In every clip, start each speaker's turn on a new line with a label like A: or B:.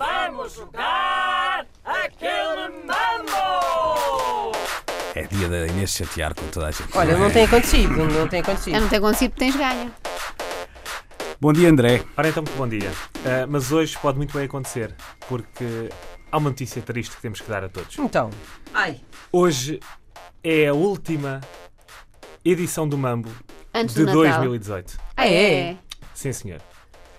A: Vamos jogar aquele mambo!
B: É dia da Inês chatear com toda a gente. é?
C: Olha, não tem acontecido, não tem acontecido.
D: Eu não tenho conseguido, tens ganho.
B: Bom dia, André.
E: Ora então, muito bom dia. Ah, mas hoje pode muito bem acontecer, porque há uma notícia triste que temos que dar a todos.
C: Então, ai,
E: Hoje é a última edição do Mambo
D: Antes
E: de
D: do Natal.
E: 2018.
D: Ah,
F: é?
E: Sim, senhor.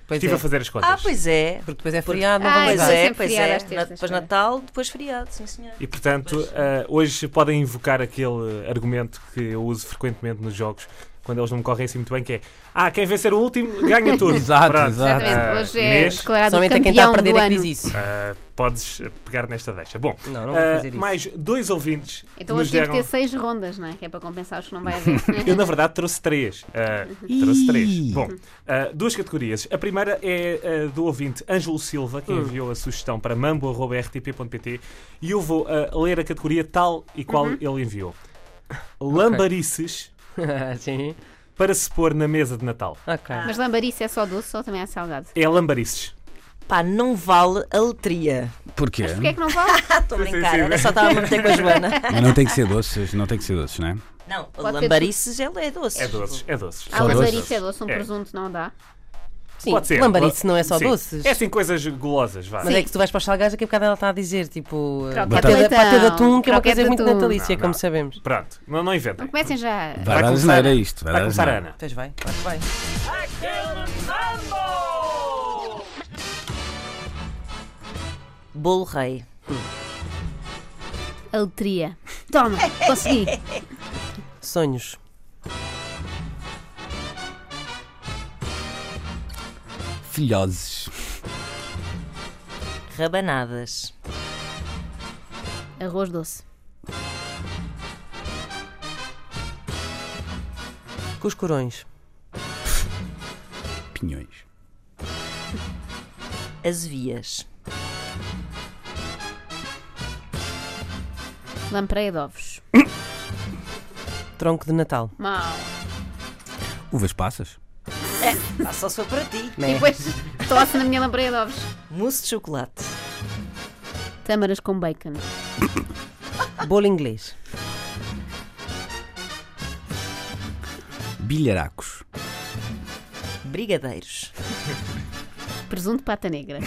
C: pois
E: Estive
C: é.
E: a fazer as contas.
F: Ah, pois é.
C: Porque depois é feriado, não
D: Ah,
C: vamos
F: Pois
D: exato.
C: lá.
F: é,
D: sempre
F: pois
D: feriado
F: é.
D: às
F: Na-
D: terças,
F: Depois
D: não é?
F: Natal, depois feriado, sim senhor.
E: E portanto, ah, hoje podem invocar aquele argumento que eu uso frequentemente nos jogos, quando eles não me correm assim muito bem, que é Ah, quem vencer o último ganha tudo.
B: Exato,
E: Pronto.
B: exato.
E: Ah,
D: Exatamente, hoje é
E: Inês,
D: declarado
C: Somente a
D: campeão
C: quem está a perder
D: do
C: é que
D: ano.
C: diz isso.
E: ah, podes pegar nesta deixa. Bom,
C: Não, não vou fazer
E: ah,
C: isso.
E: mais dois ouvintes
D: Então
E: nos
D: hoje temos
E: deram...
D: que ter seis rondas, não é? Que é para compensar os que não vai haver.
E: Eu, na verdade, trouxe três. Ah, trouxe três. Bom, ah, duas categorias. A primeira é ah, do ouvinte Ângelo Silva,
C: Hum.
E: que enviou a sugestão para mambo.rtp.pt e eu vou ah, ler a categoria tal e qual
C: Uhum.
E: ele enviou. Lambarices
C: Sim,
E: para se pôr na mesa de Natal.
C: ok.
D: Mas lambarice é só doce ou também é salgado?
E: É lambarices.
F: Pá, não vale a letria.
B: Porquê?
D: Porquê é que não vale?
F: Ah, estou a brincar. Era só estava a meter com a Joana.
B: Mas não tem que ser doces, não tem que ser doces, não é?
F: Não,
D: Pode ter
F: lambarices é, é doce.
E: É doces, é doces.
D: A
B: Só doces.
D: lambarice é doce, um
E: É.
D: presunto não dá.
C: Ah, Sim,
E: Pode ser.
C: lambarice não é só
E: Sim.
C: doces.
E: É assim, coisas gulosas, vá.
C: Mas é que se tu vais para os salgados, daqui a bocado ela está a dizer, tipo,
D: Croquete
C: pata de,
D: de
C: pata de
D: leitão,
C: atum, que é uma
D: croquete
C: coisa
D: de
C: muito
D: atum.
C: natalícia,
E: Não,
C: como
E: não.
C: sabemos.
E: Pronto, não, não inventem.
D: Não
C: é
D: comecem já.
B: Vai dar
E: começar- né?
B: asneira isto. Vai
E: Vai
B: dar
E: começar a
B: asneira.
E: Ana.
C: Pois vai, claro que vai.
A: Aquele mambo!
F: Bolo rei.
D: A letria. Toma, consegui.
C: Sonhos.
B: Filhoses.
F: Rabanadas.
D: Arroz doce.
C: Cuscurões.
B: Pinhões.
F: Azevias.
D: Lampreia de ovos.
C: Tronco de Natal.
D: Mau.
B: Uvas passas.
F: Ah, só sou para ti.
D: E depois tosse na minha lampreia de ovos.
F: Mousse de chocolate.
D: Tâmaras com bacon.
C: Bolo inglês.
B: Bilharacos.
F: Brigadeiros.
D: Presunto de pata negra.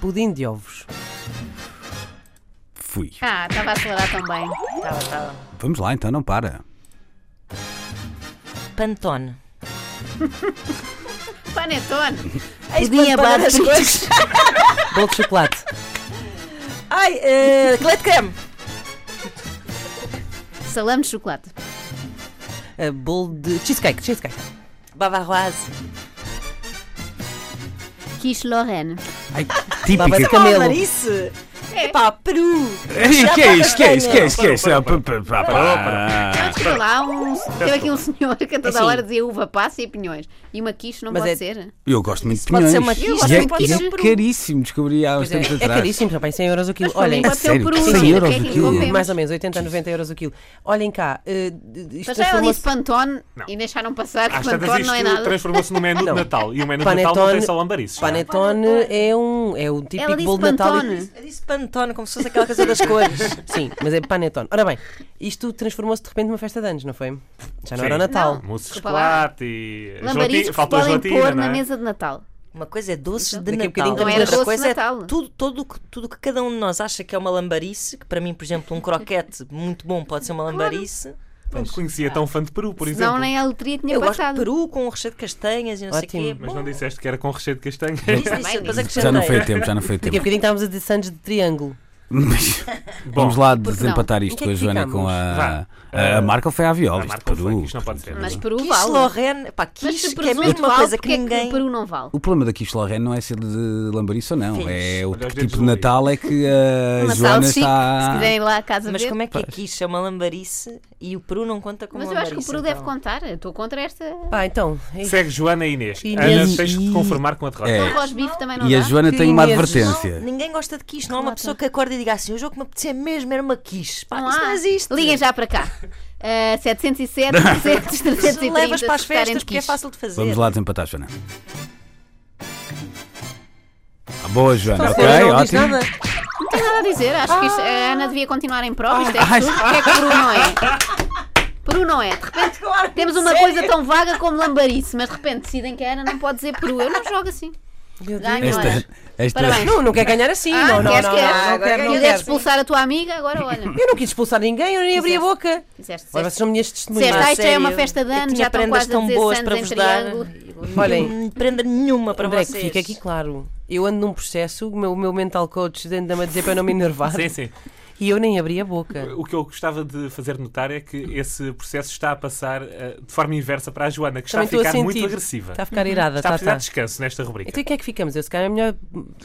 C: Pudim de ovos.
B: Fui.
D: Ah, estava a acelerar tão bem.
B: Vamos lá então, não para.
F: Pantone.
D: Panetone.
F: Ai,
D: Pudim à base de
F: coisas.
C: Bolo de chocolate.
F: Ai, eh, colete de creme.
D: Salame de chocolate.
C: Ah, bolo de cheesecake, cheesecake.
F: Bavaroise.
D: Quiche Lorraine.
B: Ai,
C: Baba de
B: típica.
C: camelo.
F: Larice. Pá, Peru.
B: Ei, Que é isso, que é isso, que é isso, que é isso?
E: Parou, parou,
B: Pá, pá, pá.
D: Não, desculpa lá, um, teve aqui um senhor que
F: É
D: a toda
C: Assim.
D: hora dizia uva passa e pinhões. E uma quiche não
C: Mas
D: pode
C: é-
D: ser?
B: Eu gosto muito de
F: pode
B: pinhões.
F: ser uma quiche,
B: E é,
F: pode ser
B: e é
F: um peru.
B: caríssimo, descobri há uns
C: Pois é,
B: tempos
C: é
B: atrás.
C: caríssimo, já pá, em 100 euros o quilo.
D: Mas para
C: Olhem,
D: mim pode ser um
B: sério?
D: peru.
B: 100
D: imagina,
B: euros
D: o que é
B: o
D: que
B: quilo?
D: comemos?
C: mais ou menos, 80, 90 euros o quilo. Olhem cá, eh, isto
D: Mas já eu disse
C: transforma-se
D: Pantone e deixaram passar,
E: Às
D: que
E: tantas
D: Pantone não é
E: isto
D: nada.
E: transformou-se no menu de
C: Não.
E: Natal. E o menu de Natal não tem
C: Panetone-
E: só lambarices.
C: Panetone é um, é um
D: Ela
C: típico
D: disse
C: bolo de Natal.
D: Pantone.
F: Eu disse Pantone, como se fosse aquela coisa das cores.
C: Sim, mas é panetone. Ora bem, isto transformou-se de repente numa festa de anos, não foi? Já não
E: Sim.
C: era o Natal.
E: Mousse de
D: Desculpa lá.
E: chocolate e.
D: Lambarices
E: gelati-
D: que se
E: Faltou a
D: podem
E: gelatina,
D: pôr
E: não
D: na
E: é?
D: mesa de Natal.
F: Uma coisa é doces de
C: Daqui a
F: Natal,
C: bocadinho
D: Não é
F: outra
D: doce de
F: coisa
D: Natal.
F: é tudo, todo, o que- tudo que cada um de nós acha que é uma lambarice, que para mim, por exemplo, um croquete muito bom pode ser uma lambarice.
E: Não te conhecia tão fã de Peru, por exemplo.
D: Não, nem a letria tinha
F: Eu gosto de
D: passado.
F: peru com um recheio de castanhas e não
C: Ótimo.
F: sei o quê.
E: Mas
F: Bom,
E: não disseste que era com recheio de castanha.
F: disse, disse,
D: Também
F: depois
D: disse.
B: Já não foi
F: acrescentei.
B: tempo, já não foi
C: Daqui a
B: tempo.
C: bocadinho estávamos a dizer sandes de triângulo.
B: Mas
E: Bom,
B: vamos lá
D: não?
B: desempatar
C: Em
B: isto
C: que é
B: com a
C: que
B: Joana
C: ficamos?
B: com a.
E: Vá.
B: A, a marca foi a
E: Ah,
B: Viola. isto
E: Marco
B: Peru.
E: Fleck, isto não pode ser.
D: Mas Peru
F: Quiche
D: vale.
F: Lorraine, pá,
D: Mas se
F: quiche, que é a
D: presunto
F: mesma
D: vale,
F: coisa que
D: porque é que
F: ninguém.
D: o Peru não vale?
B: O problema da quiche Lorraine não é ser de lambariço ou não. É o
E: Olha os dedos
B: tipo de
E: do
B: Natal é que a
D: Uma
B: Joana
D: salsicha, se
B: está.
D: quiserem ir lá à casa
F: Mas
D: ver.
F: como é que a quiche é uma lambarice e o peru não conta como
D: Mas eu
F: lambarice?
D: acho que o Peru
F: então?
D: deve contar. Eu estou contra esta.
C: Pá, então. é isso.
E: Segue Joana e Inês.
C: Inês
E: Ana, tens de te
B: e-
E: conformar com a derrota.
B: É.
D: O rosbife também não
B: E a
D: dá.
B: Joana tem uma
C: Sim, mas
B: advertência.
F: Ninguém gosta de quiche, não há uma pessoa que acorda e diga assim: o jogo que me apetecia mesmo era uma quiche. Pá,
D: Não
F: Ah, isso
D: há.
F: não existe.
D: Liguem já para cá. Ah, 707, 300, 330.
F: levas para as
D: se gostarem
F: festas
D: de
F: porque é
D: quiche.
F: fácil de fazer.
B: Vamos lá desempatar, Joana. Ah, Boa, Joana. Ok,
C: Olha, não diz
B: ótimo.
C: nada.
D: Não tenho nada a dizer, acho que isto, a Ana devia continuar em prova, isto é
F: Ah,
D: absurdo. O que é que Peru não é? Peru não é. De repente temos uma coisa tão vaga como lambarice, mas de repente decidem que a Ana não pode dizer Peru. Eu não jogo assim.
C: Meu Deus.
D: Ganho, Ana.
B: Esta, esta,
D: Parabéns.
C: Não, não quer ganhar assim.
D: Ah,
C: não, não,
D: queres,
C: não,
D: queres?
C: não, não quero, não
D: Quiseste
C: quero.
D: expulsar a tua amiga, agora olha.
C: Eu não quis expulsar ninguém, eu nem abri a boca.
D: Disseste, disseste.
C: Olha, vocês são minhas
D: Disseste,
C: testemunhas.
F: Ah,
D: ah, isto já é uma
F: sério?
D: festa de
F: Eu
D: anos,
F: tinha
D: já estão
F: prendas
D: quase a
F: tão
D: 16
F: boas
D: anos
F: para
D: em
F: vos dar.
D: triângulo.
C: Olhem.
F: Hum, Prenda nenhuma para
C: André, que
F: vocês.
C: fica aqui claro. Eu ando num processo, o meu, o meu mental coach anda-me a dizer para eu não me enervar
E: Sim, sim.
C: e eu nem abri a boca.
E: O que eu gostava de fazer notar é que esse processo está a passar eh, de forma inversa para a Joana, que
C: Também
E: está
C: estou
E: a ficar
C: a sentir.
E: muito agressiva.
C: Está a
D: Tá.
E: Uhum. Está,
C: ficar irada.
E: a
C: Está,
E: precisar
C: está.
E: de descanso nesta rubrica.
C: Então e que é que ficamos? Eu se calhar é melhor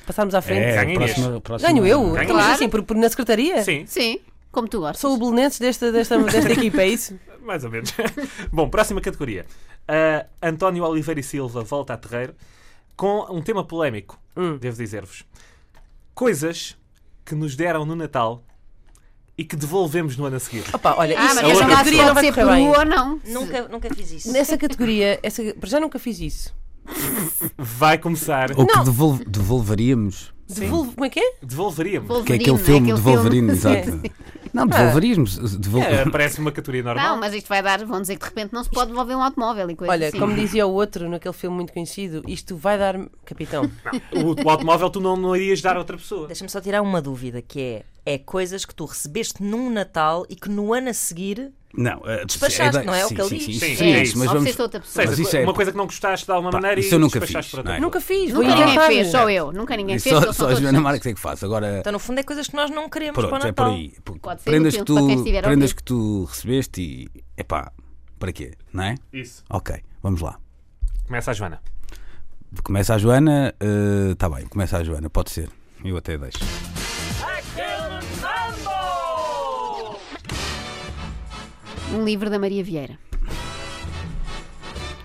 C: passarmos à frente.
B: é,
E: Ganha Inês.
B: próxima, próxima.
C: Ganho eu?
E: Ganha.
C: Estamos
D: Claro.
C: assim, por, por- na
D: É.
C: secretaria?
E: Sim,
D: Sim, como tu gostas.
C: Sou o belenenses desta, desta, desta equipa, é isso?
E: mais ou menos. Bom, próxima categoria. Ah, António Oliveira e Silva volta a terreiro com um tema polémico, devo dizer-vos. Coisas que nos deram no Natal e que devolvemos no ano a seguir.
C: Opa, olha,
D: Ah,
C: isso,
D: mas
E: é
C: esta
D: deixa
E: outra
D: lá se
C: categoria não
D: pode
C: vai
D: ser
C: correr
D: Peru
C: bem.
D: ou não.
F: Nunca, nunca fiz isso.
C: Nessa categoria, essa, para já nunca fiz isso.
E: Vai começar.
B: Ou que
C: Não.
B: devol- devolveríamos.
C: Devolvo, como é que é?
E: Devolveríamos.
B: Que é
D: Wolverine,
B: aquele filme de Wolverine,
C: filme.
B: exato. Não, devolveríamos. devol-
E: É, parece uma categoria normal.
D: Não, mas isto vai dar, vão dizer que de repente não se pode devolver um automóvel e coisas
C: Olha,
D: assim.
C: como dizia o outro naquele filme muito conhecido, isto vai dar. Capitão.
E: O, o automóvel tu não, não irias dar a outra pessoa.
F: Deixa-me só tirar uma dúvida, que é... É coisas que tu recebeste num Natal e que no ano a seguir...
B: Não, é,
F: Despachaste,
B: é,
F: não é? O
B: Sim,
F: que ele
B: sim,
F: diz.
B: sim,
E: Sim,
B: isso,
E: é
B: é
E: isso.
B: isso, mas vamos.
D: Ofereceste a outra
E: Ou
D: pessoa.
E: seja,
B: Mas isso é-
E: uma coisa que não gostaste de alguma
B: Pá,
E: maneira
B: isso
E: e
B: eu nunca
E: despachaste
B: fiz,
E: para
B: não é?
E: outra
C: Nunca fiz, vou
D: Nunca ninguém
C: inventar. um
D: fez, só eu. Nunca ninguém
B: Isso
D: fez.
B: Só,
D: eles são
B: só a
D: todos
B: Joana
D: juntos.
B: Marques é que faz. Agora,
F: Então, no fundo, é coisas que nós não queremos para
B: pronto,
F: o
B: é por
F: Natal.
B: aí. P-
D: Pode ser
B: Prendas
D: útil
B: que
D: para
B: tu,
D: quem estiver a
B: prendas
D: ouvir.
B: que tu recebeste e. Epá, para quê? Não é?
E: Isso.
B: Ok, vamos lá.
E: Começa a Joana.
B: Começa a Joana. Está bem, começa a Joana, pode ser. Eu até deixo.
A: Aquele mambo!
D: Um livro da Maria Vieira.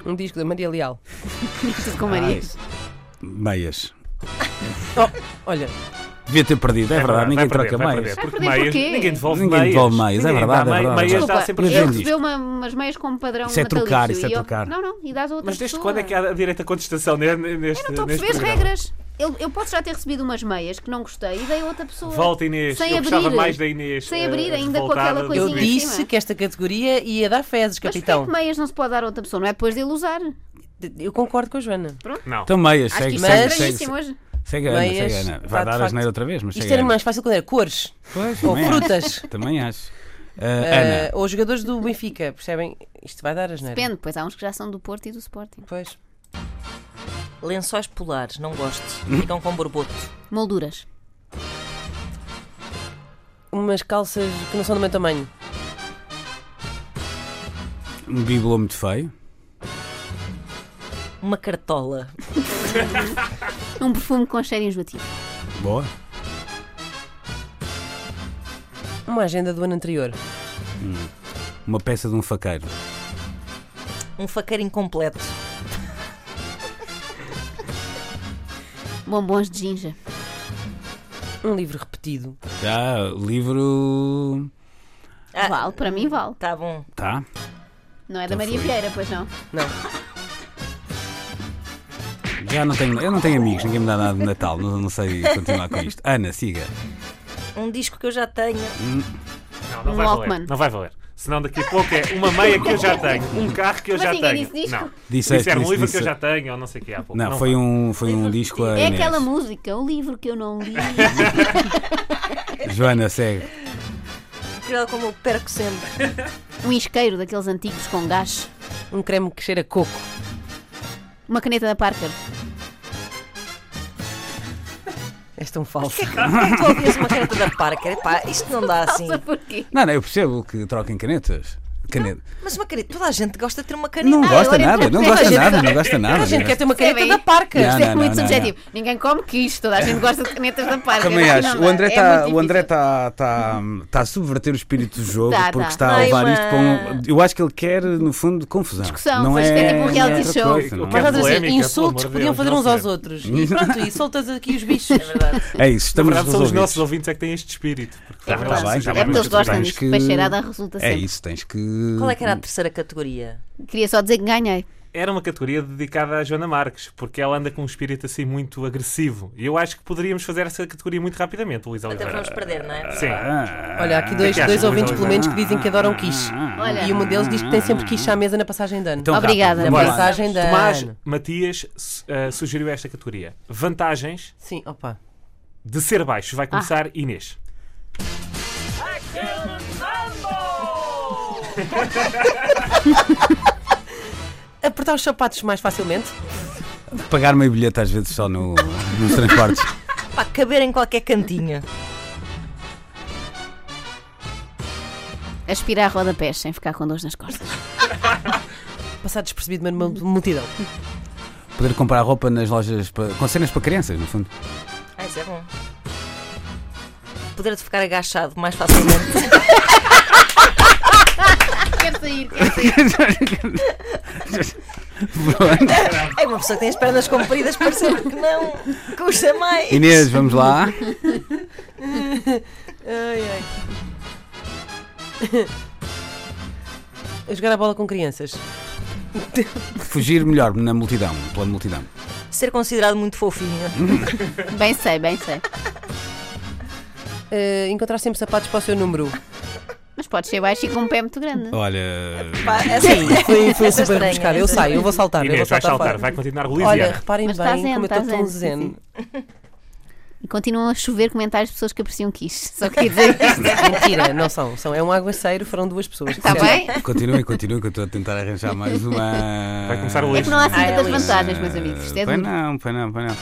C: Um disco da Maria Leal.
D: Tudo com Maria.
B: Ah, Meias.
C: Oh, olha,
B: Devia ter perdido, é, verdade,
E: vai
B: ninguém
E: perder,
B: troca
E: vai
B: meias.
E: perder, porque
D: Vai perder
E: meias-
D: porquê?
E: Ninguém devolve
B: Ninguém
E: meias.
B: devolve meias, é
E: Ninguém dá
B: verdade, é
E: meias.
B: verdade.
E: Meias está
D: Desculpa,
E: sempre
B: Mas
D: ele
B: vende
E: junto.
B: isto.
D: recebeu uma, umas meias como padrão
B: Isso é
D: natalício
B: trocar, isso é
D: e eu-
B: trocar.
D: Não, não, e dás a outra
E: Mas desde
D: pessoa.
E: quando é que há direito à contestação ne- ne- neste
D: Eu não estou a
E: neste
D: perceber as
E: programa?
D: regras. Eu, eu posso já ter recebido umas meias que não gostei e dei a outra pessoa.
E: Volta, Inês.
D: Sem
E: eu
D: abrir.
E: gostava mais da Inês.
D: Sem
E: eh,
D: abrir, ainda com
E: revoltada
D: aquela
E: do
D: coisinha
C: eu
E: que
D: em
E: disse.
C: disse
D: cima.
C: que esta categoria ia dar fezes,
D: Mas porquê é
C: capitão.
D: que meias não se pode dar a outra pessoa? Não é depois de ele usar.
C: Eu concordo com a Joana.
E: Não.
B: Então, meias,
D: Acho que
B: segue,
D: isto é
B: segue,
C: mas-
B: segue.
D: estranhíssimo hoje.
B: Segue a Ana,
C: Meias,
B: segue a Ana.
C: pá,
B: Vai
C: de
B: dar
C: facto.
B: as neiras outra vez, mas
C: Isto
B: segue a
C: era
B: Ana.
C: mais fácil quando era cores
B: Pois,
C: ou
B: também acho.
C: frutas.
B: Também acho. Ah,
C: eh,
B: Ana,
C: ou jogadores do Benfica, percebem? Isto vai dar as neiras.
D: Depende, pois há uns que já são do Porto e do Sporting.
C: Pois.
F: Lençóis polares, não gosto.
B: Hum?
F: Ficam com borboto.
D: Molduras.
C: Umas calças que não são do meu tamanho.
B: um bibelô muito feio.
F: Uma cartola.
D: Um perfume com cheiro enjoativo.
B: Boa.
C: Uma agenda do ano anterior.
B: Uma peça de um faqueiro.
F: Um faqueiro incompleto.
D: Bombons de ginja.
C: Um livro repetido.
B: Já, livro.
F: Ah.
D: Vale, para mim vale.
F: Tá bom.
B: Tá.
D: Não é da
B: Então
D: Maria
B: foi.
D: Vieira, pois não.
C: Não.
B: Já não tenho. Eu não tenho amigos, ninguém me dá nada de Natal. Não, não sei continuar com isto. Ana, siga.
F: Um disco que eu já tenho.
E: Não, não
D: Um
E: vai valer.
D: Walkman.
E: Não vai valer. Senão daqui a pouco é uma meia que eu já tenho, um carro que eu
D: Mas
E: já
D: ninguém
E: tenho.
D: disse disco.
E: Não.
B: Disseste,
E: Disseram um
B: disse,
E: livro que eu
B: disse.
E: já tenho ou não sei o que há pouco.
B: Não, foi um, foi um disco a
D: É
B: Inês.
D: aquela música, o livro que eu não li.
B: Joana, segue.
F: Aquele como eu perco sempre.
D: um isqueiro daqueles antigos com gás.
C: Um creme que cheira a coco.
D: Uma caneta da Parker.
C: És tão falso.
F: Tu ouvias uma caneta da Parker. Epá, isto não dá assim.
D: Sabe porquê?
B: Não, não, eu percebo que troquem canetas. Caneta.
F: Mas uma caneta. Toda a gente gosta de ter uma caneta.
B: Não,
D: Ah,
B: gosta
D: olha,
B: nada,
D: já
B: não
D: sei,
B: gosta
D: mas-
B: nada, não gosta nada.
C: A gente quer ter uma
D: Percebem?
C: caneta da Parker.
B: Não,
D: Isto é
B: não,
D: muito
B: não,
D: subjetivo. Ninguém come quisto, toda a gente gosta de canetas da Parker.
B: Também acho.
D: Não
B: O
D: dá,
B: André
D: é
B: está
D: muito
B: o André
D: difícil.
B: tá, tá, tá a subverter o espírito do jogo
D: Tá,
B: porque
D: tá.
B: está a
F: Ai,
B: levar isto para um.
F: mas-
B: Eu acho que ele quer, no fundo, confusão.
D: Discussão,
B: não
D: pois, isto é tipo um
B: não
D: reality
B: outra
D: show.
B: coisa, não
E: Mas
C: Mas
B: é?
C: estás a dizer
E: Polémica, pelo amor
C: assim, insultos
E: de
C: que podiam
E: Deus,
C: fazer
E: não
C: uns
E: sei.
C: aos outros. E pronto, e soltas aqui os bichos.
F: É verdade.
B: É isso,
E: Na
B: estamos
E: verdade, são os
B: resolvidos.
E: nossos ouvintes é que têm este espírito. Porque
D: É
E: também
D: verdade.
E: eles
B: bem,
E: já
B: tá
D: É
E: vão
D: porque eles
E: muito
D: gostam
E: bem.
B: Tens
D: disto.
B: que-
D: Para cheirar dá resulta
B: É
D: sempre.
B: isso, tens que.
F: Qual é que era a terceira categoria?
D: Queria só dizer que ganhei.
E: era uma categoria dedicada à Joana Marques, porque ela anda com um espírito assim muito agressivo. E eu acho que poderíamos fazer essa categoria muito rapidamente, Luís
F: Até
E: Oliveira.
F: vamos perder, não
B: Ah.
F: é?
E: Sim.
C: Olha, há aqui dois,
E: Ah, é que achas,
C: dois
E: Luís
C: ouvintes, pelo menos, que
B: Oliveira?
C: dizem que adoram
E: Ah,
C: quiche.
D: Olha.
C: E um deles diz que tem sempre quiche à mesa na passagem de ano.
B: Então,
D: Obrigada.
B: rápido,
C: na
B: vamos lá.
C: passagem
D: Obrigada.
C: de
E: Tomás
C: ano.
E: Matias su- eh, sugeriu esta categoria. Vantagens
C: Sim, opa.
E: de ser baixo. Vai começar
C: Ah.
E: Inês.
A: Aquele mambo!
C: Apertar os sapatos mais facilmente.
B: Pagar meio bilhete às vezes só no, nos transportes.
F: Pá, caber em qualquer cantinha.
D: Aspirar rodapés sem ficar com dores nas costas.
C: Passar despercebido numa multidão.
B: Poder comprar roupa nas lojas pa- com cenas para crianças, no fundo.
F: Ah, isso é bom. Poder-te ficar agachado mais facilmente.
D: Quero sair, quero sair.
F: é uma pessoa que tem as pernas compridas, percebe que não custa
D: É
F: mais.
B: Inês, vamos lá.
F: Ai,
C: A jogar a bola com crianças.
B: Fugir melhor na multidão, pela multidão.
F: ai. Ser considerado muito fofinho.
D: Bem sei, bem sei.
C: Eh, encontrar sempre sapatos para o seu número. um.
D: Mas pode ser baixo e com um pé muito grande.
B: Olha.
F: Pá, essa-
C: Foi,
F: essa
C: foi
F: é
C: super
F: estranha,
C: rebuscado. Eu
F: essa é
C: saio, eu vou saltar. eu vou
E: Inês, vai
C: saltar
E: saltar,
C: fora.
E: vai continuar
C: Olha,
E: Luísiana.
C: reparem
D: Mas
C: bem
D: está zen,
C: como eu um
D: está
C: estou tão
D: zen, sim,
C: zen.
D: sim. E continuam a chover comentários de pessoas que apreciam quiche. Só queria dizer isto.
C: Mentira, não são. são. É um aguaceiro, foram duas pessoas.
D: Está Tá bem?
B: Continuem, continuem, que eu estou a tentar arranjar mais uma.
E: Vai começar o
D: É que não há assim
F: Ai,
D: tantas
F: Alice.
D: vantagens, meus amigos. Isto é
B: Pois
D: duro.
B: não, pois não, pois não.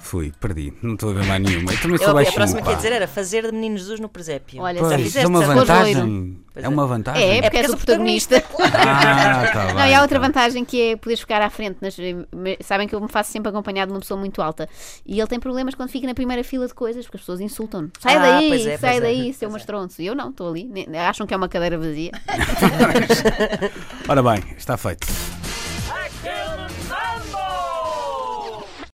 B: Fui, perdi. Não estou a ver mais nenhuma. Eu também sou
F: Eu, a
B: baixinho.
F: próxima que
B: pá.
F: ia dizer era fazer de Menino Jesus no presépio.
D: Olha,
F: Já
B: Pois,
F: fizeste,
B: é uma
F: já?
B: vantagem. É
F: é.
B: uma vantagem.
D: É, porque és o protagonista.
B: Ah, tá
D: Não,
B: bem,
D: e há
B: tá bem.
D: outra vantagem que é poderes ficar à frente. nas- me- sabem que eu me faço sempre acompanhado de uma pessoa muito alta. E ele tem problemas quando fica na primeira fila de coisas, porque as pessoas insultam-no. Sai
F: Ah,
D: daí,
F: pois é,
D: sai
F: pois é,
D: daí,
F: pois
D: seu
F: é.
D: mastronço. E eu não, estou ali. Ne- Acham que é uma cadeira vazia.
B: Ora bem, está feito.